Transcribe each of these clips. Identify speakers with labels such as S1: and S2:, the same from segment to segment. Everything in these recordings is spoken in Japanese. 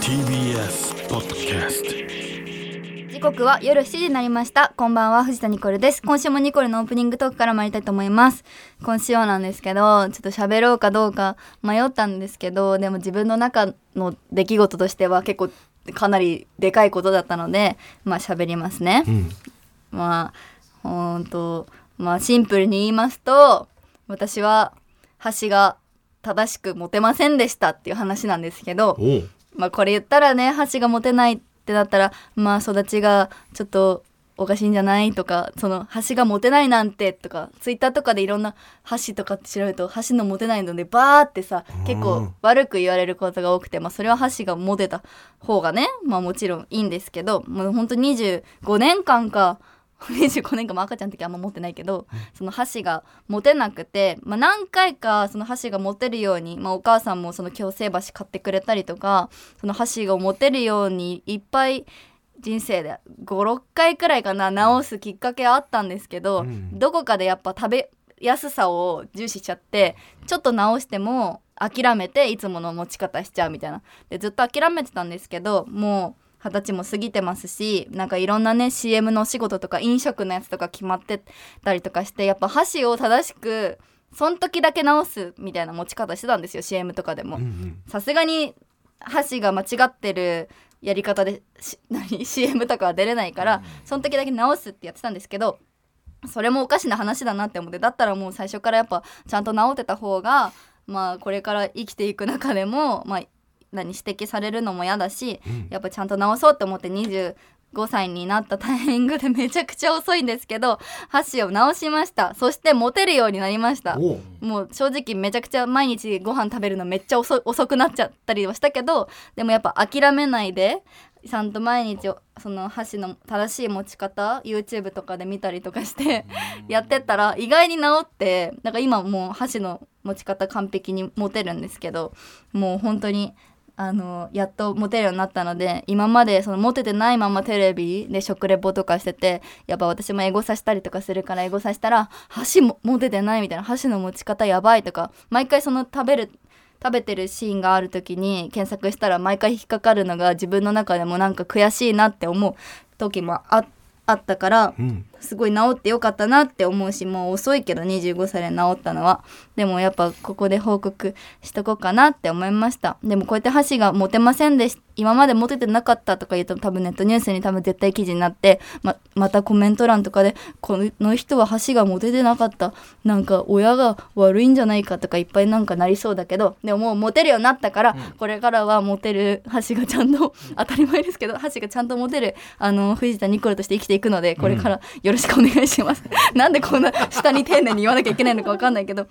S1: TBS ポッドキャスト
S2: 時刻は夜7時になりましたこんばんは藤田ニコルです今週もニコルのオープニングトークから参りたいと思います今週はなんですけどちょっと喋ろうかどうか迷ったんですけどでも自分の中の出来事としては結構かなりでかいことだったのでまあ喋りますね、まあほんとまあシンプルに言いますと私は箸が正しく持てませんでしたっていう話なんですけど
S1: おう
S2: まあこれ言ったらね箸が持てないってなったらまあ育ちがちょっとおかしいんじゃないとかその箸が持てないなんてとかツイッターとかでいろんな箸とかって調べると箸の持てないのでバーってさ結構悪く言われることが多くて、まあ、それは箸が持てた方がね、まあ、もちろんいいんですけどもうほんと25年間か 25年間も赤ちゃんの時あんま持ってないけどその箸が持てなくて、まあ、何回かその箸が持てるように、まあ、お母さんもその矯正箸買ってくれたりとかその箸が持てるようにいっぱい人生で56回くらいかな直すきっかけあったんですけど、
S1: うん
S2: どこかでやっぱ食べやすさを重視しちゃってちょっと直しても諦めていつもの持ち方しちゃうみたいなでずっと諦めてたんですけどもう二十歳も過ぎてますしなんかいろんなね CM のお仕事とか飲食のやつとか決まってたりとかしてやっぱ箸を正しくその時だけ直すみたいな持ち方してたんですよ CM とかでも
S1: う。ん
S2: さすがに箸が間違ってるやり方でし 何 CM とかは出れないからその時だけ直すってやってたんですけどそれもおかしな話だなって思ってだったらもう最初からやっぱちゃんと直ってた方がまあこれから生きていく中でもまあ何指摘されるのも嫌だし
S1: うん
S2: やっぱちゃんと直そうと思って25歳になったタイミングでめちゃくちゃ遅いんですけど箸を直しましたそして持てるようになりました
S1: おう
S2: もう正直めちゃくちゃ毎日ご飯食べるのめっちゃ遅遅くなっちゃったりはしたけどでもやっぱ諦めないでちゃんと毎日その箸の正しい持ち方 YouTube とかで見たりとかしてやってったら意外に治ってなんか今もう箸の持ち方完璧に持てるんですけどもう本当にあのやっと持てるようになったので今までその持ててないままテレビで食レポとかしててやっぱ私もエゴサしたりとかするからエゴサしたら箸も持ててないみたいな箸の持ち方やばいとか毎回その食べる食べてるシーンがある時に検索したら毎回引っかかるのが自分の中でもなんか悔しいなって思う時もああったから
S1: うん
S2: すごい治ってよかったなって思うしもう遅いけど25歳で治ったのはでもやっぱここで報告しとこうかなって思いましたでもこうやって箸が持てませんでし今まで持ててなかったとか言うと多分ネットニュースに多分絶対記事になってままたコメント欄とかでこの人は箸が持ててなかったなんか親が悪いんじゃないかとかいっぱいなんかなりそうだけどでももう持てるようになったから、これからは持てる箸がちゃんと当たり前ですけど箸がちゃんと持てるあの藤田ニコルとして生きていくのでこれからよろしくお願いします。なんでこんな下に丁寧に言わなきゃいけないのかわかんないけど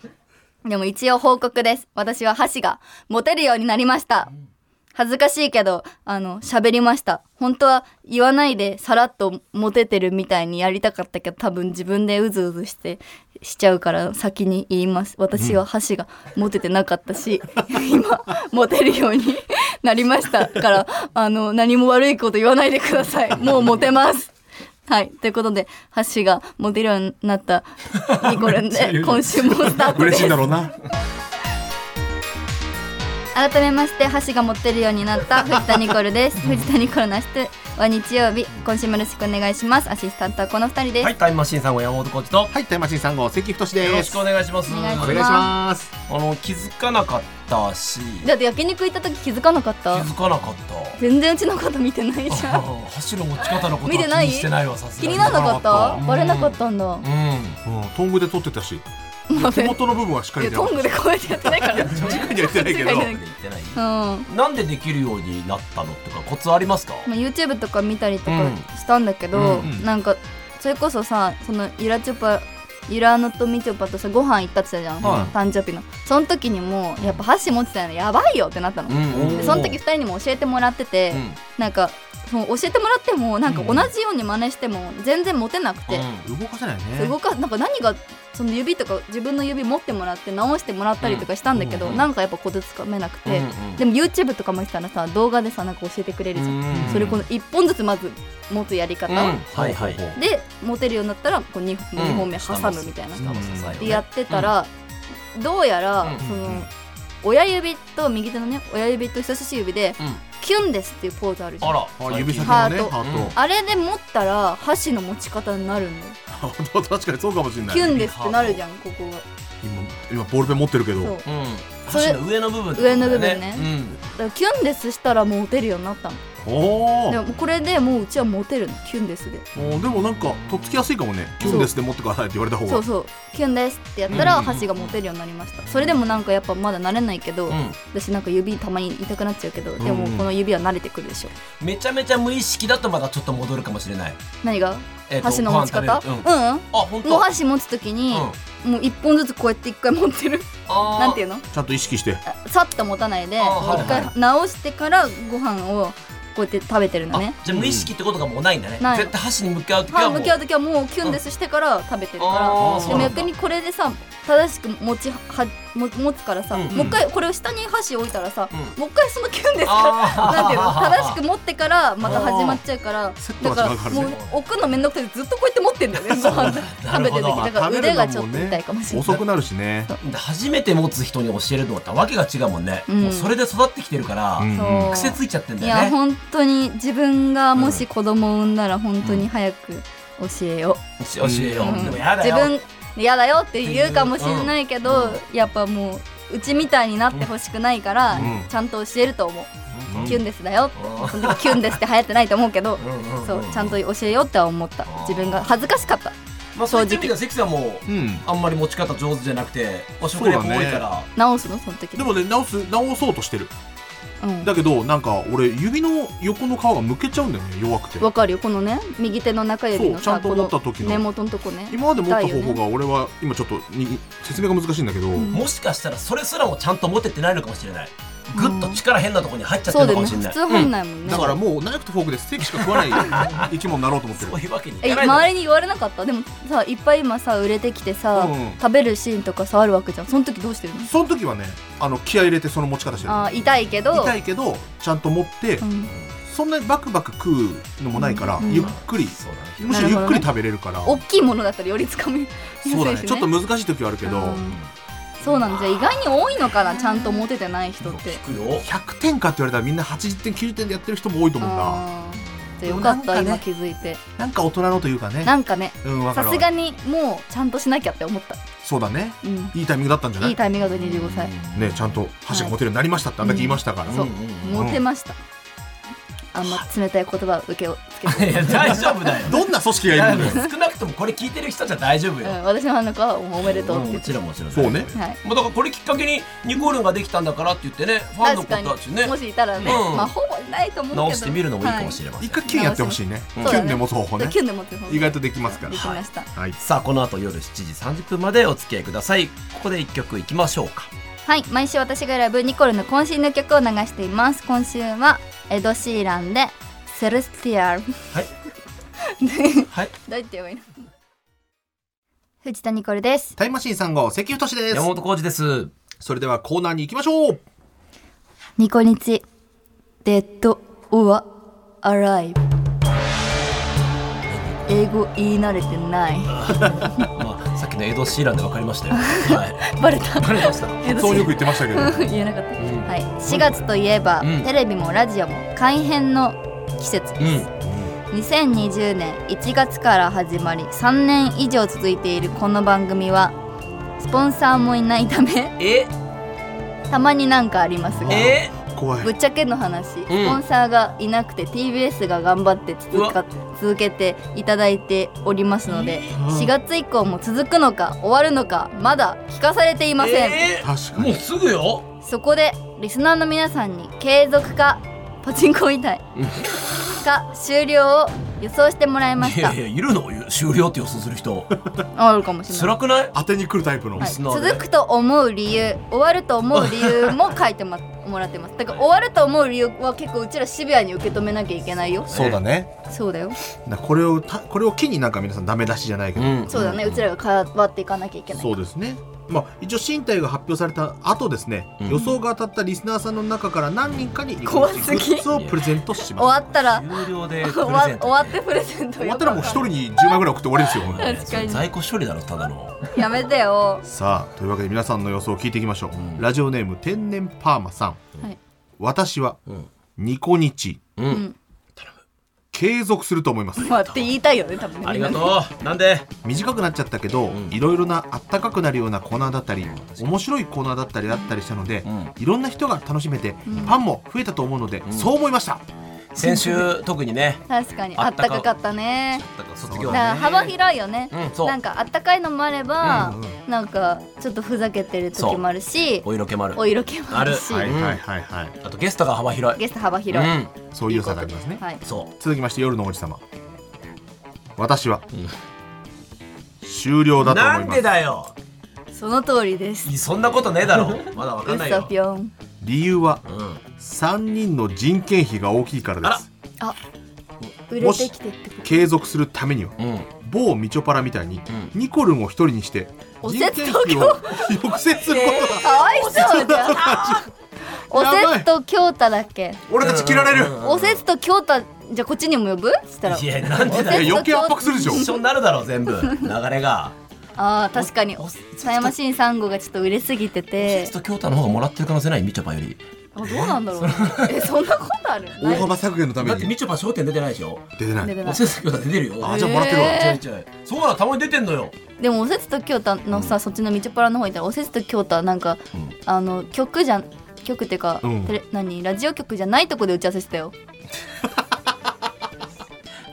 S2: でも一応報告です。私は箸が持てるようになりました。恥ずかしいけど、あの、喋りました。本当は言わないでさらっとモテてるみたいにやりたかったけど、多分自分でうずうずして、しちゃうから先に言います。私は箸が持ててなかったし、今、持てるようになりましたから、あの、何も悪いこと言わないでください。もう持てます。はい。ということで、箸が持てるようになったニコルンで、今週もスタートです
S1: 嬉しいんだろうな
S2: 改めまして箸が持ってるようになった藤田ニコルです藤田ニコルの明日は日曜日今週もよろしくお願いしますアシスタントはこの二人です、
S3: はい、タイムマシーンさんを山本コーチと。
S1: はいタイムマシーン3号関太志です
S3: よろしくお願いします。
S2: お願いし
S1: お
S2: ま
S1: 願いします
S3: あの、気づかなかったし。気
S2: だって焼肉行った時気づかなかった
S3: づかなかっ
S2: 全然うちのこと見てないじ
S3: た。
S2: ゃん
S3: あ 走る持ち方のことは
S2: 見
S3: 気
S2: てない
S3: にしてないわ、さす
S2: 気
S3: が
S2: にならなかった
S1: うん
S2: バレなかったんだ
S3: うん。
S1: うんトングで撮ってた し
S2: まあ
S1: 手元の部分はしっか
S2: い
S1: り
S2: や
S1: 出ま
S2: ト
S1: し
S2: ングでこうやってやってないから
S1: た時間にはやってないけど
S2: 間には
S3: 言ってない。
S2: うん
S3: なんでできるようになったのとか、コツありますか。
S2: まあ、YouTube とか見たりと
S3: う
S2: か
S3: ん
S2: したんだけど、
S3: うん
S1: うん
S2: なんかそれこそさそのイラチョパイラノとミチョパとさご飯行ったって言ってたじゃん、
S3: はい
S2: 誕生日のその時にもやっぱ箸持ってたのやばいよってなったの、
S3: ん
S2: でその時2。人にも教えてもらってて、
S3: うん
S2: なんかその教えてもらってもなんか同じように真似しても全然持てなくて、
S1: 動かせないね
S2: 動かなんか何がその指とか自分の指持ってもらって直してもらったりとかしたんだけど、
S3: うん
S2: なんかやっぱコツつかめなくて、
S3: うん
S2: でも YouTube とかも見てたらさ動画でさなんか教えてくれるじゃん、
S3: うん
S2: それこの1本ずつまず持つやり方、
S3: うんはいはい。
S2: で持てるようになったらこう 2,
S3: ん
S2: 2本目挟むみたいな、
S3: 下の支えをね
S2: でやってたら、どうやら、
S3: うん
S2: その親指と右手のね親指と人差し指で
S3: うん
S2: 「キュンです」っていうポーズあるじゃん
S3: あ
S2: あ
S3: ら
S1: あ指先
S3: 最
S1: のね
S2: ハート
S1: ハー
S2: れで持ったら箸の持ち方になるんだよ
S1: ト、本当 確かにそうかもしれない
S2: キュンですってなるじゃんここが
S1: 今今ボールペン持ってるけ
S2: そう
S1: ど
S3: 近うん
S2: それ
S3: 箸の上の部分ってことだ
S2: 上
S3: よ
S2: の部分ねだからキュンですしたらもうモテるようになったの
S1: お
S2: で
S1: ー
S2: もこれでもううちはモテるのキュンですで
S1: おーでもなんかとっつきやすいかもねキュンですで持ってくださいって言われた方
S2: そ
S1: が
S2: うそうキュンですってやった
S3: うん
S2: ら
S3: うんうん
S2: 箸が持てるようになりましたそれでもなんかやっぱまだ慣れないけど、
S3: うんうん
S2: 私なんか指たまに痛くなっちゃうけどでも
S1: うんうん
S2: この指は慣れてくるでしょ
S3: めちゃめちゃ無意識だとまだちょっと戻るかもしれない
S2: 何が
S3: えーと
S2: 箸の持ち
S3: ご飯
S2: 方
S3: 食べるうん
S2: ううん
S3: あ本当
S2: もう箸持つ時に、もう一本ずつこうやって一回持ってるなんていううの
S1: ちゃんと意識して
S2: あさっと持たないで
S3: あー
S2: もう一
S3: はいは
S2: 回直してからご飯をこうやって食べてる
S3: あ
S2: の
S3: ー
S2: ね
S3: じゃあ無意識ってことがもうないんだね
S2: ない
S3: 絶対箸に向き合う時
S2: 歯
S3: はもう
S2: 向き合う時はもうキュンですしてから食べてるか
S3: あー
S2: ら
S3: そ
S2: で
S3: う
S2: も
S3: なん
S2: 逆
S3: だ
S2: にこれでさ正しく持ちはも持つからさ、
S3: うんうん
S2: もう一回これを下に箸置いたらさ、
S3: うん
S2: もう一回そのキュンですから なんていうの
S3: あー
S2: 正しく持ってからまた始まっちゃうから
S1: セット
S2: だ
S1: が違
S2: か
S1: うからら
S2: もう
S1: ね
S2: 置くのめんどくさいずっとこうやって持ってんだよねご飯食べてる
S3: なるほ
S2: 時だ
S3: ど
S2: から
S1: 食べるのもね
S2: 腕がちょっと痛いかもしれない
S1: 遅くなるしね
S3: 初めて持つ人に教えるのってわけが違うもんね、
S2: うん
S3: もうそれで育ってきてるから、
S1: うん
S2: そう
S3: 癖ついちゃってん
S2: い
S3: だよ
S2: や
S3: ね
S2: 本当に自分がもし子供を産んだら本当に早く教えよ
S3: し教え
S2: う、
S3: よ
S2: う
S3: う、
S2: ん
S3: でもやだ
S2: 自
S3: よ
S2: 分嫌だよって言うかもしれないけど、
S3: うんうん
S2: やっぱもううちみたいになってほしくないから、
S1: うん
S2: ちゃんと教えると思う、
S1: うん
S2: キュンですだよ
S3: うん
S2: その時キュンですって流行ってないと思うけど、
S3: うんうんうん
S2: そうちゃんと教えようっては思った自分が恥ずかしかった
S3: まあ、そういった意味では関さんも
S1: うん
S3: あんまり持ち方上手じゃなくてお食レポ多いから、
S2: 直すのその時
S1: でもね直す直そうとしてる
S2: うん
S1: だけどなんか俺指の横の皮がむけちゃうんだよね弱くて
S2: わかるよこのね右手の中指の
S1: そうちゃ
S2: さ
S1: んと
S2: こ
S1: 持っ
S2: の
S1: た時の
S2: 根元のとこね
S1: 今まで持った
S2: 痛い
S1: 方
S2: よね
S1: 法が俺は今ちょっとに説明が難しいんだけど、
S2: ん
S3: もしかしたらそれすらもちゃんと持ててないのかもしれないぐっと力変なところに入っちゃって
S2: そう
S3: る
S2: だ
S3: の
S2: よ
S3: か
S2: ね
S3: もしれな
S2: 普
S3: い、
S2: 通入んないもんね
S1: だからもうナイフとフォークでステーキしか食わ ない生き物になろうと思ってる
S3: そういうわけにい
S2: え
S3: かない
S2: 周りに言われなかったでもさいっぱい今さ売れてきて
S1: う
S2: さ、
S1: んうん
S2: 食べるシーンとかさあるわけじゃんその時どうしてるの
S1: その時はねあの気合い入れてその持ち方してる
S2: あー痛いけど
S1: 痛いけどちゃんと持って、
S2: うん
S1: そんなにバクバク食うのもないから、
S2: うん
S1: ゆっくり
S3: そう
S1: むしろゆっくり食べれるから
S2: 大きいものだったらよりつかみやすいし、
S1: そうだ
S2: ね、
S1: ねちょっと難しい時はあるけど、
S2: うんそうなんじゃ意外に多いのかなちゃんとモテてない人って
S3: 聞くよ
S1: 100点かって言われたらみんな80点90点でやってる人も多いと思うんだ
S2: あーじゃあよかった
S1: でもなんかね
S2: 今気づいて
S1: なんか大人のというかね
S2: なんかね
S1: うんわかる
S2: さ
S1: わ
S2: すがにもうちゃんとしなきゃって思った、
S1: そうだね
S2: うん、
S1: いいタイミングだったんじゃない
S2: いいタイミングだと25歳
S1: ねちゃんと箸が持てるようになりましたってあんだけ言いましたから、
S2: うんそう
S1: うん
S2: モテました、あんま冷たい言葉を受けをつけ て、
S3: いや大丈夫だよ
S1: どんな組織が
S3: い
S1: い
S3: や
S1: るん だよ
S3: 少なくともこれ聞いてる人じゃ大丈夫
S2: う
S3: よ、
S2: ん、私の花子はおめでとうって
S3: う
S2: 言っ
S3: んもち
S2: て、
S3: ろんもちろん
S1: そうね
S2: はい
S3: まあだからこれきっかけにニコールンができたんだからって言ってねファンの
S2: 確
S3: 子
S2: かに
S3: たちね
S2: もしいたらね、
S3: うん
S2: まあほぼいないと思うけど
S3: 直してみるのもいいかもしれません、
S1: 一回キュンやってほしいねキ
S3: うん
S1: ュンで持つ方法
S2: はい
S1: ね
S2: キュンで持ってる方が
S1: 意外とできますから
S2: できました、
S1: はい
S3: さあこの後夜7時30分までお付き合いくださいここで一曲いきましょうか
S2: はい毎週私が選ぶニコルの渾身の曲を流しています今週はエド・シーランで「セルスティアル」
S3: はいはい
S2: どう言ってもいいの 藤田ニコルです
S1: タイムマシーン3号関太志です
S3: 山本浩二です
S1: それではコーナーに行きましょう
S2: ニコニチデッド・オア・アライブ英語言い慣れてない
S3: まあさっきのエド・シーランで分かり ましたよはい
S2: バレた
S3: 分かりました
S2: エド
S1: そうよく言ってま したけど
S2: 言えなかった、はい4月といえば、
S3: うん
S2: テレビもラジオも改編の季節です、
S3: うん
S2: 2020年1月から始まり3年以上続いているこの番組はスポンサーもいないため
S3: え
S2: たまになんかありますが
S3: え
S1: 怖い
S2: ぶっちゃけの話、スポンサーがいなくて TBS が頑張って続か続けていただいておりますので
S1: うん
S2: 4月以降も続くのか終わるのかまだ聞かされていません、
S3: え
S1: 確か
S3: もう
S1: に
S3: すぐよ
S2: そこでリスナーの皆さんに継続かパチンコみたいか終了を予想してもらいまし
S3: い
S2: た
S3: やいやいるの終了って予想する人
S2: あるかもしれない
S3: 辛くない
S1: 当てに来るタイプの、
S2: はい、
S3: スナーで
S2: 続くと思う理由終わると思う理由も書いてまもらってますだから終わると思う理由は結構うちらシビアに受け止めなきゃいけないよ
S1: そうだね
S2: そうだよ
S1: なこれをたこれを機になんか皆さんダメ出しじゃないけど、
S3: ん
S2: そうだね、うちらが変わっていかなきゃいけない
S1: そうですねまあ一応身体が発表された後ですね、
S3: うん
S1: 予想が当たったリスナーさんの中から何人かに
S2: 怖すぎ
S1: グッズをプレゼントします
S2: 終わったら
S3: 終了でプ レ
S2: 終わ
S3: ゼント
S2: 終わってプレゼント
S1: 終わったらもう一人に10万枚ぐらい送って終わりですよ
S2: 確かに
S3: それ在庫処理だろただの
S2: やめてよ
S1: さあというわけで皆さんの予想を聞いていきましょう、
S3: うん
S1: ラジオネーム天然パーマさん
S2: はい
S1: 私は
S3: うん
S1: ニコニチ
S3: う
S2: うんん
S1: 継続すると思います
S2: まあって言いたいよね多分ね
S3: ありがとうなんで
S1: 短くなっちゃったけど、
S3: ん
S1: いろいろなあったかくなるようなコーナーだったり面白いコーナーだったりだったりしたので、
S3: うん
S1: いろんな人が楽しめて、ファンも増えたと思うので、そう思いました
S3: 先週特にね
S2: 確かにあったかかったね
S3: だから卒業
S2: だ
S3: は
S2: か
S3: ね
S2: ら幅広いよね、
S3: うんそう
S2: なんかあったかいのもあれば、
S1: うんうん
S2: なんかちょっとふざけてる時もあるし
S3: お色気もある
S2: お色気もあるし
S3: あるはい
S1: はいはい
S3: あとゲストが幅広い
S2: ゲスト幅広い、
S3: うん
S1: そういう良さがありますね
S2: はい
S3: そ
S1: 続きまして夜の王子様私は、
S3: ん
S1: 終了
S3: う
S1: だと
S3: な
S1: 思い
S3: ん
S1: ま
S3: ですだよ
S2: その通りです
S3: いそんなことねえ だろまだわかんない
S2: 嘘
S3: よ
S2: ぴょん
S1: 理由は
S3: うん
S1: 3人の人件費が大きいからで
S3: あら
S1: す
S2: あ売れ
S1: もして
S2: きてってこ
S1: 継続するためには
S3: うん
S1: 某みちょぱらみたいに、
S3: ん
S1: ニコルンを一人にして
S2: お
S1: 人
S2: せ
S1: 件
S2: つ
S1: 費を抑制すること
S2: とかわいそうじゃんお
S1: やば
S2: せ
S1: い
S2: つと京太だっけ
S1: 俺たち切られる、
S3: うん
S2: おせつと京太じゃあこっちにも呼ぶしたら
S3: いやなんでだ
S1: い
S3: よ
S1: や余計圧迫するでしょ
S3: 一緒になるだろ全部流れが
S2: あー確かに
S3: おおせつと
S2: タイムマシーン3号がちょっと売れすぎて
S3: おせ
S2: て
S3: つと京太の方がもらってる可能性ないみちょぱより
S2: あどうなんだろうねえそんなことある
S1: 大幅削減のため
S3: だってみ
S1: に
S3: ちょぱ商店出てないでしょ
S1: 出てな
S2: 出
S1: い
S2: てな
S3: お
S2: い
S3: せつと京太出てるよ
S1: あじゃあもらってるわ
S2: えー
S3: ちょいちょいそうなのたまに出てんのよ
S2: でもおせつと京太のさ、そっちのみちょぱらの方にいたらおせつと京太はなんか、
S3: うん
S2: あの曲じゃん曲っていうか、
S1: うん
S2: テレ何ラジオ局じゃないとこで打ち合わせしてたよ、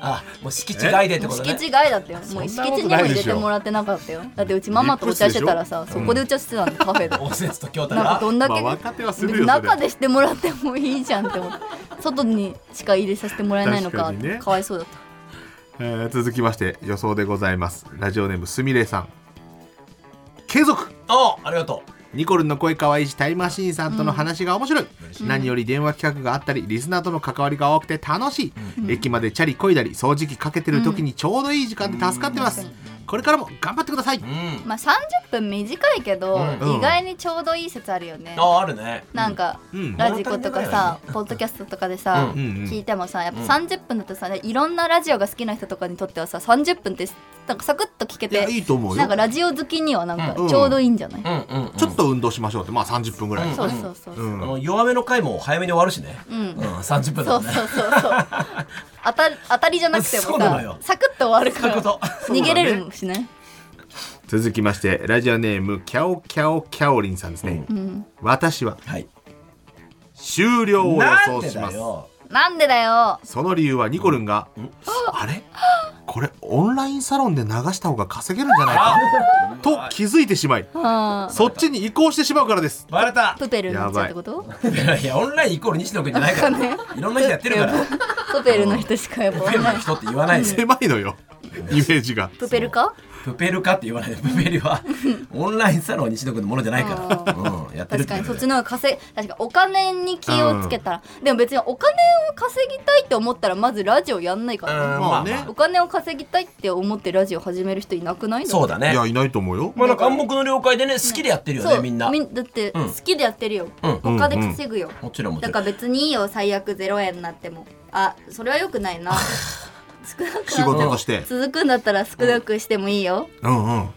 S3: あもう敷地外でってこと
S2: 敷
S3: ね
S2: 地外だったよもう
S1: そんな
S2: 敷
S1: こと
S2: 地にも
S1: ない
S2: 入
S1: で
S2: れ
S1: しょ
S2: てもらってなかったよだってうちママと打ち合わせしてたら
S1: リ
S2: さ
S1: ップスでし
S2: そ
S1: ょ
S2: こで打ち合わせしてたのカフェで
S3: おせつと京太
S2: なんか
S3: が
S2: どんだ
S1: まあ
S2: け、
S1: 若手はするよ
S2: 別に
S1: それ
S2: 中でしてもらってもいいじゃんって思って外にしか入れさせてもらえないのか
S1: 確かにね
S2: かわいそうだった
S1: えー続きまして予想でございますラジオネームすみれさん継続
S3: あありがと
S1: ニコルンの声可愛いしタイムマシーンさんとの話が面白い、何より電話企画があったりリスナーとの関わりが多くて楽しい、駅までチャリこいだり掃除機かけてる時にちょうどいい時間で助かってます、これからも頑張ってください、
S3: ううん
S2: まあ30分短いけど、
S1: うん
S2: 意外にちょうどいい説あるよね、
S3: ああるね
S2: なんか、
S1: うん
S2: ラジコとかさ、ポッドキャストとかでさ、
S3: うん
S1: うんうん
S2: 聞いてもさやっぱ30分だとさ、いろんなラジオが好きな人とかにとってはさ30分ってなんかサクッと聞け
S1: いや
S2: て
S1: いいと思う
S2: なん
S1: よ
S2: かラジオ好きにはなんか
S1: うん
S2: ちょうどいいんじゃない、
S3: うんうんうん
S1: ちょっと運動しましょうってまあ30分ぐらい、
S3: うん
S2: そうそうそうそうう、
S3: あ
S1: ん
S3: の弱めの回も早めに終わるしね
S2: うん
S3: うん30分
S2: そ
S3: だ
S2: う
S3: ね
S2: そうそうそう当た当たりじゃなくて
S3: そ
S2: も
S3: うなのよ
S2: さサクッと終わる
S3: そ
S2: か
S3: ういうこ
S2: ら
S3: と
S2: 逃げれるしね
S1: 続きましてラジオネームキャオキャオキャオリンさんですね、
S2: うん
S1: 私は
S3: はい
S1: 終了を予
S3: なん
S1: 想
S3: で
S1: しま
S3: だ
S1: す
S3: よ
S2: なんでだよ
S1: その理由はニコルンが、
S3: あれ
S1: これオンラインサロンで流した方が稼げるんじゃないかと気づいてしまい
S2: あー
S1: そっちに移行してしまうからです
S3: バレた
S2: プペルになっちゃうってこと
S3: いやオンラインイコール西野君じゃないから
S2: ね
S3: いろんな人やってるから
S2: プペルの人しかやっぱ
S3: プペルの人って言わないで
S1: 狭いの よイメージが
S2: プペルか
S3: プペルかって言わないでプペルはオンラインサロンは西野君のものじゃないからうんやって
S2: 確
S3: るって
S2: か
S3: こ
S2: にそ
S3: と
S2: っ
S3: で
S2: ちの方が稼い確かにお金に気をつけたら、でも別にお金を稼ぎたいって思ったらまずラジオやんないか
S3: うん
S1: ま
S2: ら、
S3: ま
S1: あ
S3: あ
S1: ね
S3: ね
S2: お金を稼ぎたいって思ってラジオ始める人いなくない
S3: そう
S2: だ
S3: だ
S1: い
S3: ね
S1: やいないと思うよ
S3: まあなんか暗黙の了解でね好きでやってるよねみんなも
S2: だって
S3: う
S2: 好
S3: ん
S2: きでやってるよ、
S3: うん
S2: お金稼ぐよ、
S3: ちろんもち
S2: だ
S3: ろ
S2: から
S3: ん
S2: 別にいいよ最悪0円になってもあそれはよくないな少なくな
S1: 仕事として
S2: 続くんだったら少なくしてもいいよ、
S1: うんうん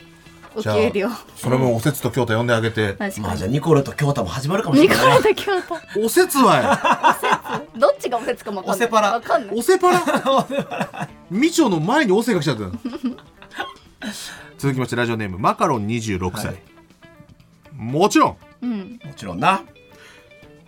S2: お
S1: じゃあ
S2: 給料
S1: それもおせつと京太呼んであげて
S2: 確
S3: ま
S2: か
S3: あ
S2: に
S3: じゃあニコルと京太も始まるかもし
S2: ニ
S3: れ
S2: コ
S3: ない
S2: ラ
S3: ね
S2: と京都
S1: おせつは
S2: どっちがおせつかもわかんない
S3: おせパラ
S2: わかん
S1: い
S2: ない
S1: おせパラみちょの前におせが来ちゃ ったよ続きましてラジオネームマカロン26歳、
S3: はい
S1: もちろん
S2: うん
S3: もちろんな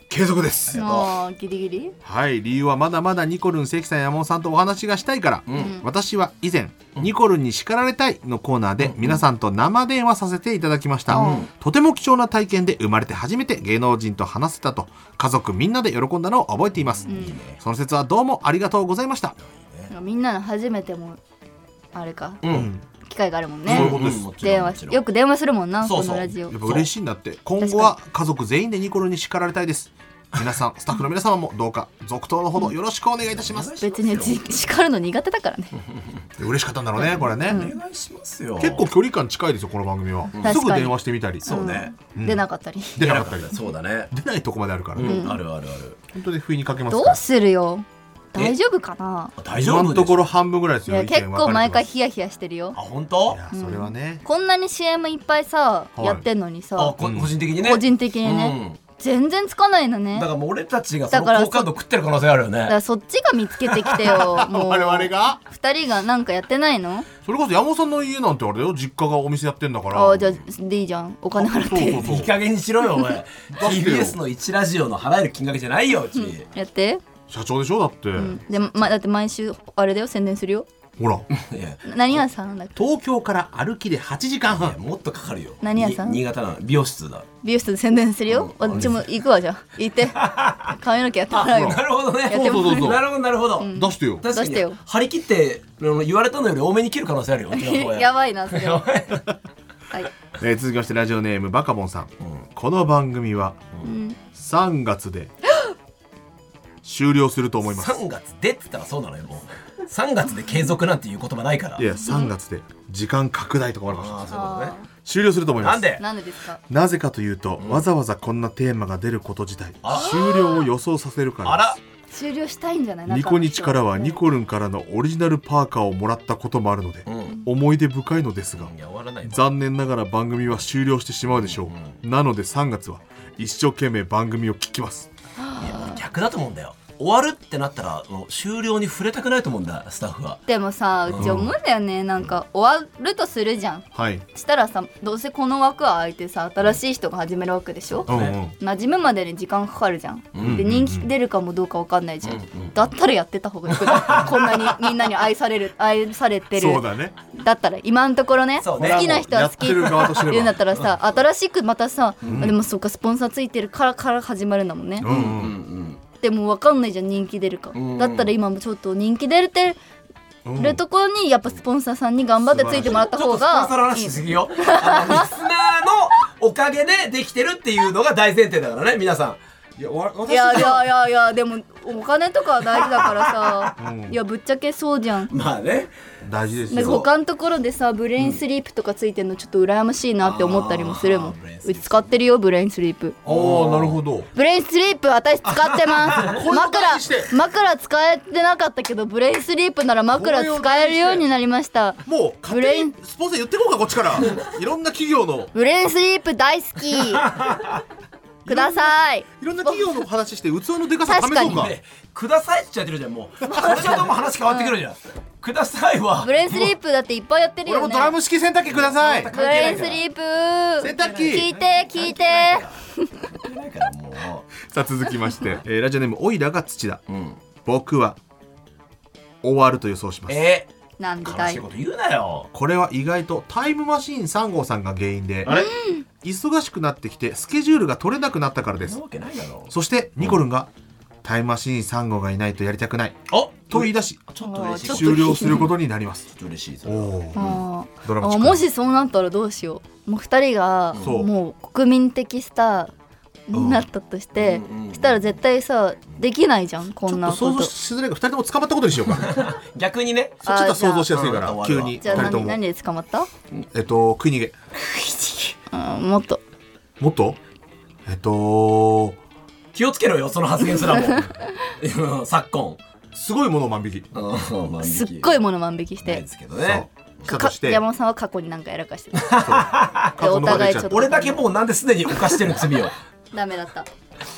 S1: 継続です
S2: もうギリギリ
S1: はい理由はまだまだニコルン関さん山本さんとお話がしたいから、
S3: ん
S1: 私は以前、ニコルンに叱られたい」のコーナーで皆さんと生電話させていただきました、
S2: うん
S1: とても貴重な体験で生まれて初めて芸能人と話せたと家族みんなで喜んだのを覚えています、その説はどうもありがとうございました、
S2: みんなの初めてもあれか
S3: う
S1: うん
S3: ん
S2: 機会があるもん
S1: そういう
S2: ね
S1: ことです
S3: うんもちろん
S2: 電
S3: も
S2: 話
S3: ちろん
S2: よく電話するもんな
S3: そう
S2: こ
S3: そう
S2: のラジオ
S1: やっぱ嬉しいんだって今後は家族全員でニコルンに叱られたいです皆さんスタッフの皆様もどうか続投のほどよろしくお願いいたします、
S2: 別にうち叱るの苦手だからね
S1: 嬉しかったんだろうねこれね、
S3: お願いしますよ
S1: 結構距離感近いですよこの番組は、
S2: かに
S1: すぐ電話してみたり
S3: そうね
S2: 出なかったり
S1: 出なかったり
S3: そうだね
S1: 出ないとこまであるから、
S3: うんあるあるある
S1: 本当に不意にかけます
S2: ど
S1: から
S2: うするよ大丈夫かな
S3: 大丈
S1: 今
S3: 夫
S1: の
S3: で
S1: と
S3: す
S1: ころ半分ぐらいです
S2: い
S1: よ
S2: や結構毎回
S1: い
S2: ヒヤヒヤしてるよ
S3: あ本当
S1: やそれはね、
S2: こんなに CM いっぱいさ、
S1: はい
S2: やってんのに
S3: あ
S2: さ
S3: こ
S1: うん
S3: 個人的にね
S2: 個人的にね、全然つかないの
S3: うん
S2: ねだ
S3: だ
S2: か
S3: か
S2: ら
S3: もう俺たちがそ
S2: だ
S3: の
S2: から
S3: 好感度食ってる可能性あるよね
S2: らそっちが見つけてきてよも う
S1: 我々が
S2: 2人がなんかやってないの
S1: それこそ山本さんの家なんてあれだよ実家がお店やってんだから
S2: ああじゃあでいいじゃんお金払っ
S1: そう
S2: て
S1: そう
S3: いい加減にしろよ お前
S1: だってよ
S3: TBS の1ラジオの払える金額じゃないようち、
S2: やって、
S1: 社長でしょだって、
S2: うん、で、ま、だって毎週あれだよ宣伝するよ
S1: ほら
S3: いや
S2: 何屋さんなんだっけ
S1: 東京から歩きで8時間
S3: いやもっとかかるよ
S2: 何屋さん
S3: に新潟なの美容室だ
S2: 美容室で宣伝するよ
S3: うん
S2: 私も行くわじゃあ行って 髪 の毛やってもらうよ
S1: あ
S3: なるほどね
S2: やってもら
S1: そうそうそう
S3: なるほどなるほど、
S1: 出してよ
S3: 確か
S2: 出し
S3: に
S2: てよ
S3: 張り切ってあの言われたのより多めに切る可能性あるようちの方
S2: やば いなそれは、
S3: ばい
S2: はい、
S1: えー続きましてラジオネームバカボンさん、この番組は
S2: うん
S1: 3月 で終了すると思います
S3: 3月でって言ったらそうなのよもう3月で継続なんていう言葉ないから
S1: いや3月で時間拡大とかもあるかもしれな
S3: あ
S1: い
S3: あそういうことね
S1: 終了すると思います
S3: なんで
S2: なんでですか
S1: なぜかというと、わざわざこんなテーマが出ること自体
S3: あ
S1: 終了を予想させるから
S3: あら
S2: 終了したいんじゃない
S1: ニコニチからはニ
S2: ニ
S1: コルンからのオリジナルパーカーをもらったこともあるので、
S3: うん
S1: 思い出深いのですが
S3: いや終わらないわ
S1: 残念ながら番組は終了してしまうでしょう、なので3月は一生懸命番組を聞きます
S3: いや逆だと思うんだよ終わるってなったらもう終了に触れたくないと思うんだスタッフは
S2: でもさうち思うんだよね、なんか終わるとするじゃん
S1: はい、
S2: したらさどうせこの枠は空いてさ新しい人が始めるわけでしょ、
S1: うんうん
S2: 馴染むまでに時間かかるじゃん、で人気出るかもどうかわかんないじゃん、だったらやってた方がよくない こんなにみんなに愛される愛されてる
S1: そうだね
S2: だったら今のところね
S3: そうね
S2: 好きな人は好き
S1: やってる側とすれば
S2: 言うんだったらさ新しくまたさ、でもそっかスポンサーついてるからから始まるんだもんね、
S1: うん
S3: う
S1: うん
S3: ん
S2: でも分かんないじゃん人気出るか、
S3: うん
S2: だったら今もちょっと人気出るて
S1: うん
S2: るところにやっぱスポンサーさんに頑張ってついてもらった
S3: ちょ
S2: 方
S3: っとスポンサーの
S2: がい
S3: 話
S2: い
S3: しすぎよ。あのリスナーのおかげでできてるっていうのが大前提だからね、皆さん。いや、わ
S2: い
S3: 私
S2: やいやいやいやでもお金とかは大事だからさ、
S1: うん
S2: いやぶっちゃけそうじゃん
S3: まあね。
S1: 大事です
S2: で
S1: よ
S3: そう
S2: 他のところでさブレインスリープとかついてるのちょっと羨ましいなって思ったりもするも
S3: あ
S2: ん
S3: ーブレインスリ
S2: う
S3: ープ
S2: ち使ってるよブレインスリープ
S1: ああなるほど
S2: ブレインスリープ私使ってます
S1: こういうこと
S2: 枕
S1: にして
S2: 枕使えてなかったけどブレインスリープなら枕使えるようになりました
S1: もう
S2: ブ
S1: 勝
S2: レイ
S1: 手
S2: ン
S1: にスポンサー言ってこうかこっちから いろんな企業の
S2: ブレインスリープ大好き ください
S1: いろんな企業の話して器のでかさ試
S2: 確か
S1: そ
S2: に
S1: うか
S3: で、くださいって言っちゃってるじゃん、もう。これだともう話変わってくるじゃん。くださいは。
S2: ブレインスリープだっていっぱいやってる
S1: 俺
S2: よ
S1: も
S2: ね
S1: ドラム式洗濯機ください
S2: ブレインスリープ
S1: 洗濯機
S2: 聞いて聞いて
S3: 関係ないからも う。
S1: さあ続きま して、えーラジオネームオイラが土田
S3: うん。
S1: 僕は終わると予想します
S3: え
S2: なんで
S3: ー、悲
S2: だ
S3: しい
S2: い
S3: こと言うなよ。
S1: これは意外とタイムマシーン3号さんが原因で
S3: れ
S1: 忙しくなってきてスケジュールが取れなくなったからで
S3: そ
S1: す
S3: んなわけないだろう。
S1: そしてニコルンがタイムマシーン3号がいないとやりたくない
S3: あ
S1: と言い出し
S3: ちょっと嬉しい。
S2: あー
S3: ちょ
S1: 終了することになります
S3: っと嬉しい。そ
S1: お
S3: れは
S1: おー
S2: あー
S1: ドラマチ
S2: あ
S1: ック
S2: もしそうなったらどうしようもう2人が
S1: そう
S2: もう国民的スターになったとして、
S3: うんうんうん
S2: したら絶対さできないじゃんこ
S1: ちょ
S2: ん
S1: っ
S2: な
S1: と
S2: こ
S1: 想
S2: と
S1: 像しづらいが2人とも捕まったことにしよう かそっ
S3: 逆にね。
S1: ちょっとは想像しやすいか
S3: あ
S1: ら
S3: ーじゃ
S1: 急
S3: あ
S1: に
S2: じゃあ
S1: 2人と
S2: 何
S1: も
S2: 何で捕まった、
S1: えっと食い逃げ
S2: うん、もっと
S1: もっとえっと
S3: 気をつけろよ、その発言すらも。うん 昨今。
S1: すごいものを万引き
S3: うん万引き
S2: すっごいもの万引きし
S3: ない
S2: て
S3: ですけどね。
S1: そう
S2: か
S1: そして
S2: 山本さんは過去になんかやらかしてた
S1: 過去のが出ちゃっ
S2: お互いちょったと
S3: 俺だけもうなんですでに犯してる罪を。
S2: ダメだった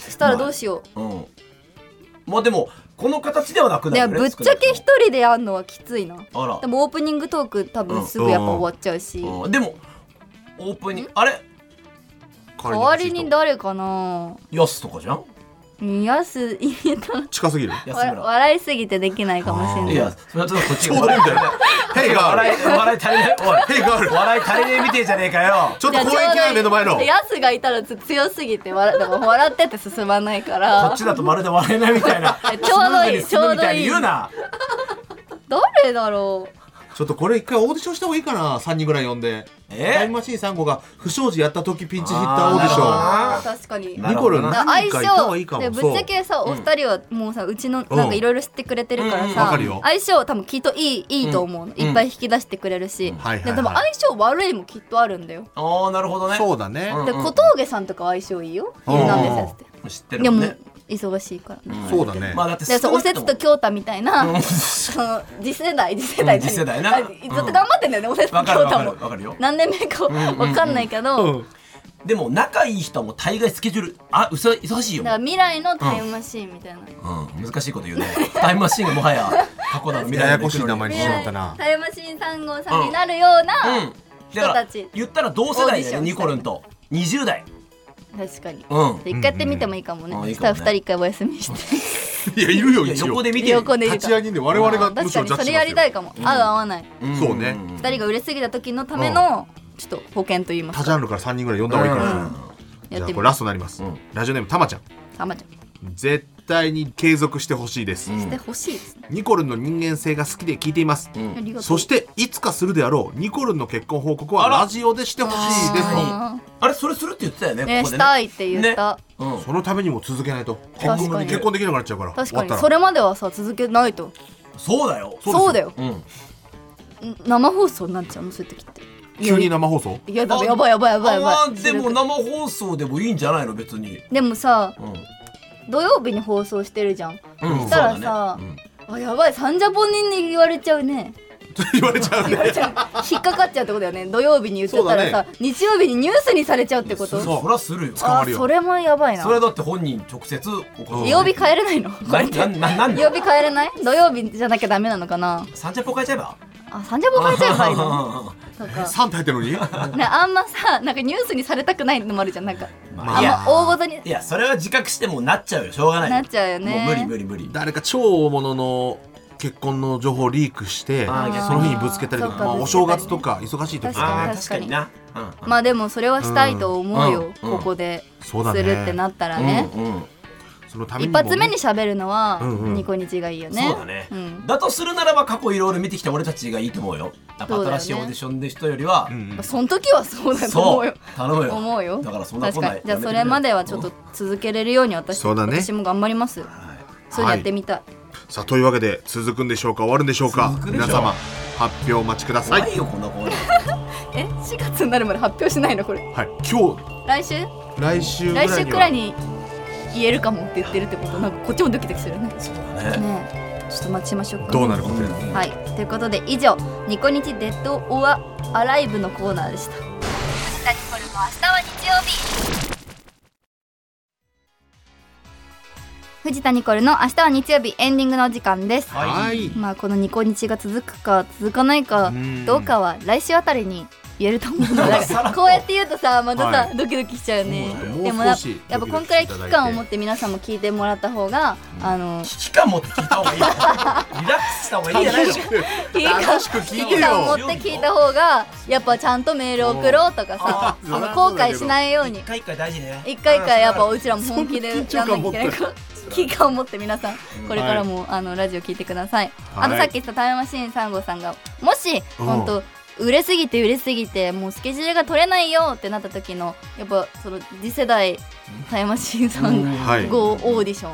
S2: そしたらどうしよ
S3: うん。まあでもこの形ではなく
S2: う、
S3: な
S2: で
S3: る
S2: も
S3: ね。
S2: ぶっちゃけ1人でやるのはきついな
S3: あら
S2: で。もオープニングトーク多分すぐやっぱ終わっちゃうし、
S3: うんでもオープンにあれ
S1: 代
S2: 代わりに誰かな
S3: ヤスとかじゃん？
S2: やすいた
S1: 近すぎる
S3: 安
S2: わ
S3: 村。
S2: 笑いすぎてできないかもしれない
S3: いや、それはちょっとこっち
S1: ちょうどいいんだよヘイガー
S3: 笑い笑い足りない。おい。
S1: ヘイガール
S3: 笑い足りねえみてえじゃねえかよ。
S1: ちょっと公園嫌い目の前の
S2: やすがいたらつ強すぎて笑でも笑ってて進まないか
S3: こ
S2: ら
S3: っちだとまるで笑えないみたいな。
S2: え ちょうどいい
S3: スムーズに進むみたに言うな。
S2: 誰だろう
S1: ちょっとこれ一回オーディションした方がいいかな3人ぐらい呼んで
S3: え
S1: タイムマシーン3号が不祥事やった時ピンチヒッターオーディシ
S3: あ
S1: ョ
S2: あー確かに
S3: な
S1: ンニ
S3: るほ
S1: コ
S3: ど
S1: ル
S2: だ
S1: 何
S2: から
S1: 人かいた方がいい
S2: 相
S1: か
S2: 性で
S1: も
S2: ぶっち
S1: そ
S2: ゃ
S1: う
S2: けさお二人はもうさうちのなんかいろいろ知ってくれてるから
S1: うんわ
S2: さ
S1: かるよ
S2: 相性多分きっといいいいと思うのいっぱい引き出してくれるし
S1: はいはいはい
S2: ででも相性悪いもきっとあるんだよ
S3: ああなるほどね。
S1: そうだね
S3: うん
S2: で小峠さんとかは相性いいよ「ヒルナンデス」やってて
S3: 知って
S2: で
S3: るもん
S2: も
S3: ね。
S2: 忙しいからね
S1: そうだね
S3: まあだって
S2: でそうおせ
S3: 少な
S2: つと
S3: くとも
S2: 京太みたいな、
S3: うん
S2: その次世代次世代
S3: うん
S2: 何
S3: 次世代
S2: あ
S3: な
S2: ずっと頑張ってんだよね、おせつと
S3: わかる
S2: 京
S3: わ
S2: 太
S3: かる
S2: も
S3: わかるよ
S2: 何年目かわかんないけど、
S1: うん
S3: でも仲いい人はもう大概スケジュールあうそ忙しいよ
S2: だから未来のタイムマシーンみたいな、
S3: うん難しいこと言うね タイムマシンがもはや過去なの未来
S1: や
S3: な
S1: や
S3: の
S1: こしい名前にしち
S2: 未
S1: まっ
S2: 来
S1: たな
S2: タイムマシーン3号さんになるような、
S3: うんだか
S2: 人
S3: ら
S2: たち
S3: 言ったら同世代だ
S2: オー
S3: よ
S2: ディションした
S3: ね
S2: り
S3: ニコルンと20代
S2: 確かに、
S3: うん
S2: で一回やってみてもいいかもね、
S3: うんうん
S2: そしたら2人一回お休みして、
S1: いやいるよ
S3: いや
S1: 一応
S3: 横で見てる
S2: 横でいい
S1: 立ち上げで我々がむ
S2: 確
S1: し
S2: か
S1: ろ
S2: に
S1: ジャッ
S2: そ
S1: ジし
S2: れ
S1: ま
S2: や
S1: す
S2: り
S1: よ
S2: たいかも、合う合わない
S3: ん
S1: そうね
S3: ん
S2: 2人が売れすぎた時のための、ちょっと保険と言いま
S1: 他
S2: す
S1: ジ
S2: か
S1: ャンルから3人ぐらい呼んだ方がいいか
S3: う
S1: なんじ
S2: や
S1: ゃ
S2: っ
S1: あ
S2: て
S1: これ
S2: み
S1: ラ
S2: る
S1: ストになります
S3: うん
S1: ラジオネームたまちゃん
S2: たまちゃん
S1: 絶対に継続してほしいです
S3: うん
S2: してほしいですね、
S1: ニコルンの人間性が好きで聞いています
S3: うん
S2: ありがとう
S1: そしていつかするであろうニコルンの結婚報告は
S3: あら
S1: ラジオでしてほしいです
S3: 確
S1: と
S3: かあれそれするって言ってたよね
S2: ね
S3: ここで
S2: したいって言った、
S3: うん
S1: そのためにも続けないと結
S2: かに
S1: 婚結婚できなくなっちゃうから
S2: 確かに
S1: 終わ
S2: そ
S1: ったら
S2: れまではさ続けないと
S3: そうだよ
S1: そうですよ
S2: そうだよ
S3: うん
S2: ん生放送になっちゃうのそういう時って
S1: 急に生放 送
S2: いやだ
S3: あ
S2: やばいやばいやばいやば
S3: あ
S2: い
S3: ーでも生放送でもいいんじゃないの別に
S2: でもさ
S3: うん
S2: 土曜日に放送してるじゃん
S3: うん
S2: したらさ
S3: そうだね
S2: あやばいサンジャポ人に言われちゃうね
S1: 言われちゃうね
S2: 引っかかっちゃうってことだよね土曜日に言っちゃったらさ、日曜日にニュースにされちゃうってこ
S3: そ
S2: と
S3: うそりゃするよ
S1: 捕まるよ
S2: あそれもやばいな
S3: それだって本人直接お子
S2: 曜日変えれない のこれ
S3: ななななんで
S2: 曜日変えれない土曜日じゃなきゃダメなのかな
S3: サンチャポ変えちゃえば
S2: あサンジャポ変えちゃえばいいのとか
S1: 3入ってるのに
S2: ね、あんまさなんかニュースにされたくないのもあるじゃんなんか、
S3: まあ
S2: あん
S3: い
S2: ま
S3: や
S2: 大ごとに
S3: いやそれは自覚してもうなっちゃうよしょうがない
S2: なっちゃうよね
S3: もう無理無理無理
S1: 誰か超大物の結婚の情報をリークしてそ
S3: あー
S1: の日にぶつけたりと
S2: そ
S1: か
S2: っか
S1: まあ
S2: ぶ
S1: お
S2: つけた
S1: 正
S2: りね
S1: 月とか忙しい時と
S2: 確
S1: か
S2: か
S3: あ
S2: に
S3: ー確かになうんうん
S2: まあでもそれはしたいと思うよ、
S3: うんうん
S2: ここで
S1: そうだ
S2: す
S1: ね
S2: るってなったらね,、
S3: うんうん
S1: そのために
S2: 一
S1: もね
S2: 発目に喋るのは
S1: うんうん
S2: ニコニチがいいよね。
S3: そうだね、
S2: ん
S3: だとするならば過去いろいろ見てきた俺たちがいいと思うよやっぱ
S2: そうだよね
S3: 新しいオーディションで人よりは、
S1: うん
S2: まあその時はそうだと思
S3: そうう
S2: よ。
S3: 頼むよ
S2: 思うよ。
S3: だからそんなこ
S2: 確
S3: ん
S2: か
S3: な
S2: に。じゃあそれまではちょっと続けれるように私,、
S1: そうだね
S2: 私も頑張ります。それやってみたい。
S1: さあというわけで続くんでしょうか終わるんでしょうか
S3: 続くでしょ
S1: 皆
S3: う
S1: 様発表お待ちくださ
S3: ないいよこんなコーナー
S2: え4月になるまで発表しないのこれ。
S1: はい今日
S2: 来週
S1: 来週ぐらい
S2: 来
S1: には
S2: 週くらいに言えるかもって言ってるってことなんかこっちもドキドキするね。
S3: そうだね
S2: ねえちょっと待ちましょうか。
S1: どうなることやら
S2: はい。ということで以上ニコニチデッドオアアライブのコーナーでした。明日ニコルも明日は日曜日。藤田ニコルの明日は日曜日エンディングのお時間です。
S1: はい
S2: まあこのニコニチが続くか続かないか
S1: うん
S2: どうかは来週あたりに言えると思うので
S3: 今更
S2: こうやって言うとさまたさ、
S1: は
S2: ドキドキしちゃうね
S1: そうだよ
S2: でも
S1: もう
S2: や
S1: 少し
S2: やっぱこんくらい期間を持って皆さんも聞いてもらった方があの
S3: 危機感持って聞いた方がいいよリラックスした方がいいんじゃないの
S1: 楽しく聞いて
S2: 期
S1: よ
S2: 間を持って聞いた方がやっぱちゃんとメール送ろうとかさ
S1: うん
S2: あの後悔しないように
S3: 一回一回大事ね
S2: 一回一回やっぱ
S3: うん
S2: うちらも本気でやんなきゃいけないから危機感を持って皆さんこれからもあのラジオ聞いてください
S1: はい
S2: あのさっき言ったタイムマシーン3号さんがもし
S1: うん
S2: 本当売れすぎて売れすぎてもうスケジュールが取れないよってなった時のやっぱその次世代タイムマシーン3
S1: はい
S2: 号オーディション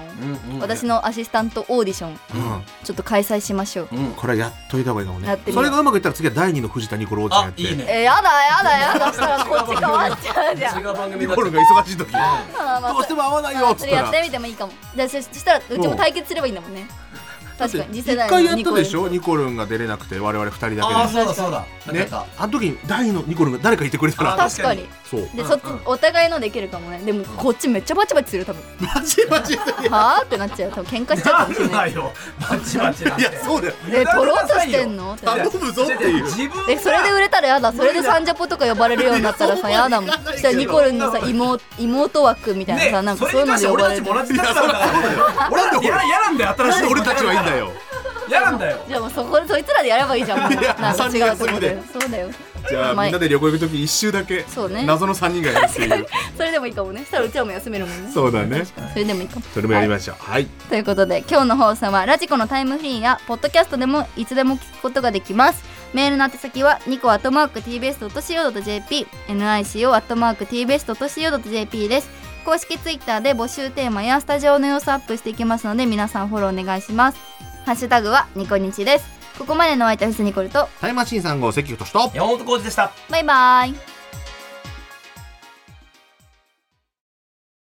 S3: うんうん
S2: 私のアシスタントオーディション
S1: うん
S2: ちょっと開催しましょう
S3: うん
S1: これはやっといた方がいいかも
S2: や
S1: ね
S2: ってみよう
S1: それがうまくいったら次は第二の藤田ニコル王子がや
S3: あ
S1: って
S3: いいね
S2: えやだやだやだしたらこっち変わっちゃうじゃん
S3: 違う番組
S1: ニ
S3: だっ
S1: コ
S3: た
S1: ルが忙しい時
S2: まあまあ
S1: どうしても合わないよっつ
S2: そ
S1: っ
S2: れ
S1: た
S2: や
S1: ら
S2: ってみてもいいかもでそそしたらうちも対決すればいいんだもんね確かに次世代
S1: 一回やったでし
S2: ニ
S1: ょニコルンが出れなくて我々二人
S3: ああ
S1: だ
S3: そうだそうだ
S1: け
S3: な
S1: で
S3: ん
S1: ね
S3: か
S1: あの時に第二のニコルンが誰かいてくれた
S2: コ
S1: ら
S2: ル確かに
S1: そう
S2: でそっちお互いのできるかもねでもこっちめっちゃバチバチする多分
S1: マジマジで
S2: はあってなっちゃう多分喧嘩しちゃうかもしれ
S3: な
S2: ない
S3: るなよバチバチなん
S1: い
S3: て
S1: やそうだよ
S2: で取ろうとしてんのって
S1: 頼むぞっていう
S3: 自分
S2: でそれで売れたらやだそれでサンジャポとか呼ばれるようになったらさやだもんそしたらニコルンのさ妹妹枠みたいなさなん
S3: ね、
S2: か
S3: そ
S2: そう
S3: れ
S2: いう
S3: に
S2: の
S3: 関し
S2: で
S3: て
S2: 呼
S3: 俺
S2: ば
S3: た
S2: れ
S3: ち
S2: る
S3: も同じだったんだから俺だって嫌嫌なんだよ新しい
S1: 俺たちはいいんだよ
S3: 嫌なんだよ
S2: じゃあもうそこそいつらでやればいいじゃんもう
S1: いや
S2: なんか
S1: 三人
S2: 違
S1: が
S2: うとこ
S1: 過ぎ
S2: ろ
S1: て
S2: でそうだよ
S1: じゃあ
S2: まあ
S1: みんなで旅行行く時一周だけ
S2: そうね
S1: 謎の三人がやるっていう
S2: それでもいいかもねしたらうちらも休めるもんね
S1: そうだね
S2: それでもいいかも
S1: それもやりましょうはい
S2: ということで今日の放送はラジコのタイムフリーやポッドキャストでもいつでも聞くことができますメールの宛先はニコアットマーク TBS.CO.JP NICO アットマーク TBS.CO.JP です公式ツイッターで募集テーマやスタジオの様子アップしていきますので皆さんフォローお願いしますハッシュタグはニコニチですここまでのお相手はフスニコルと
S1: タイムマシーン3号関口と
S3: 山本浩二でした
S2: バイバイ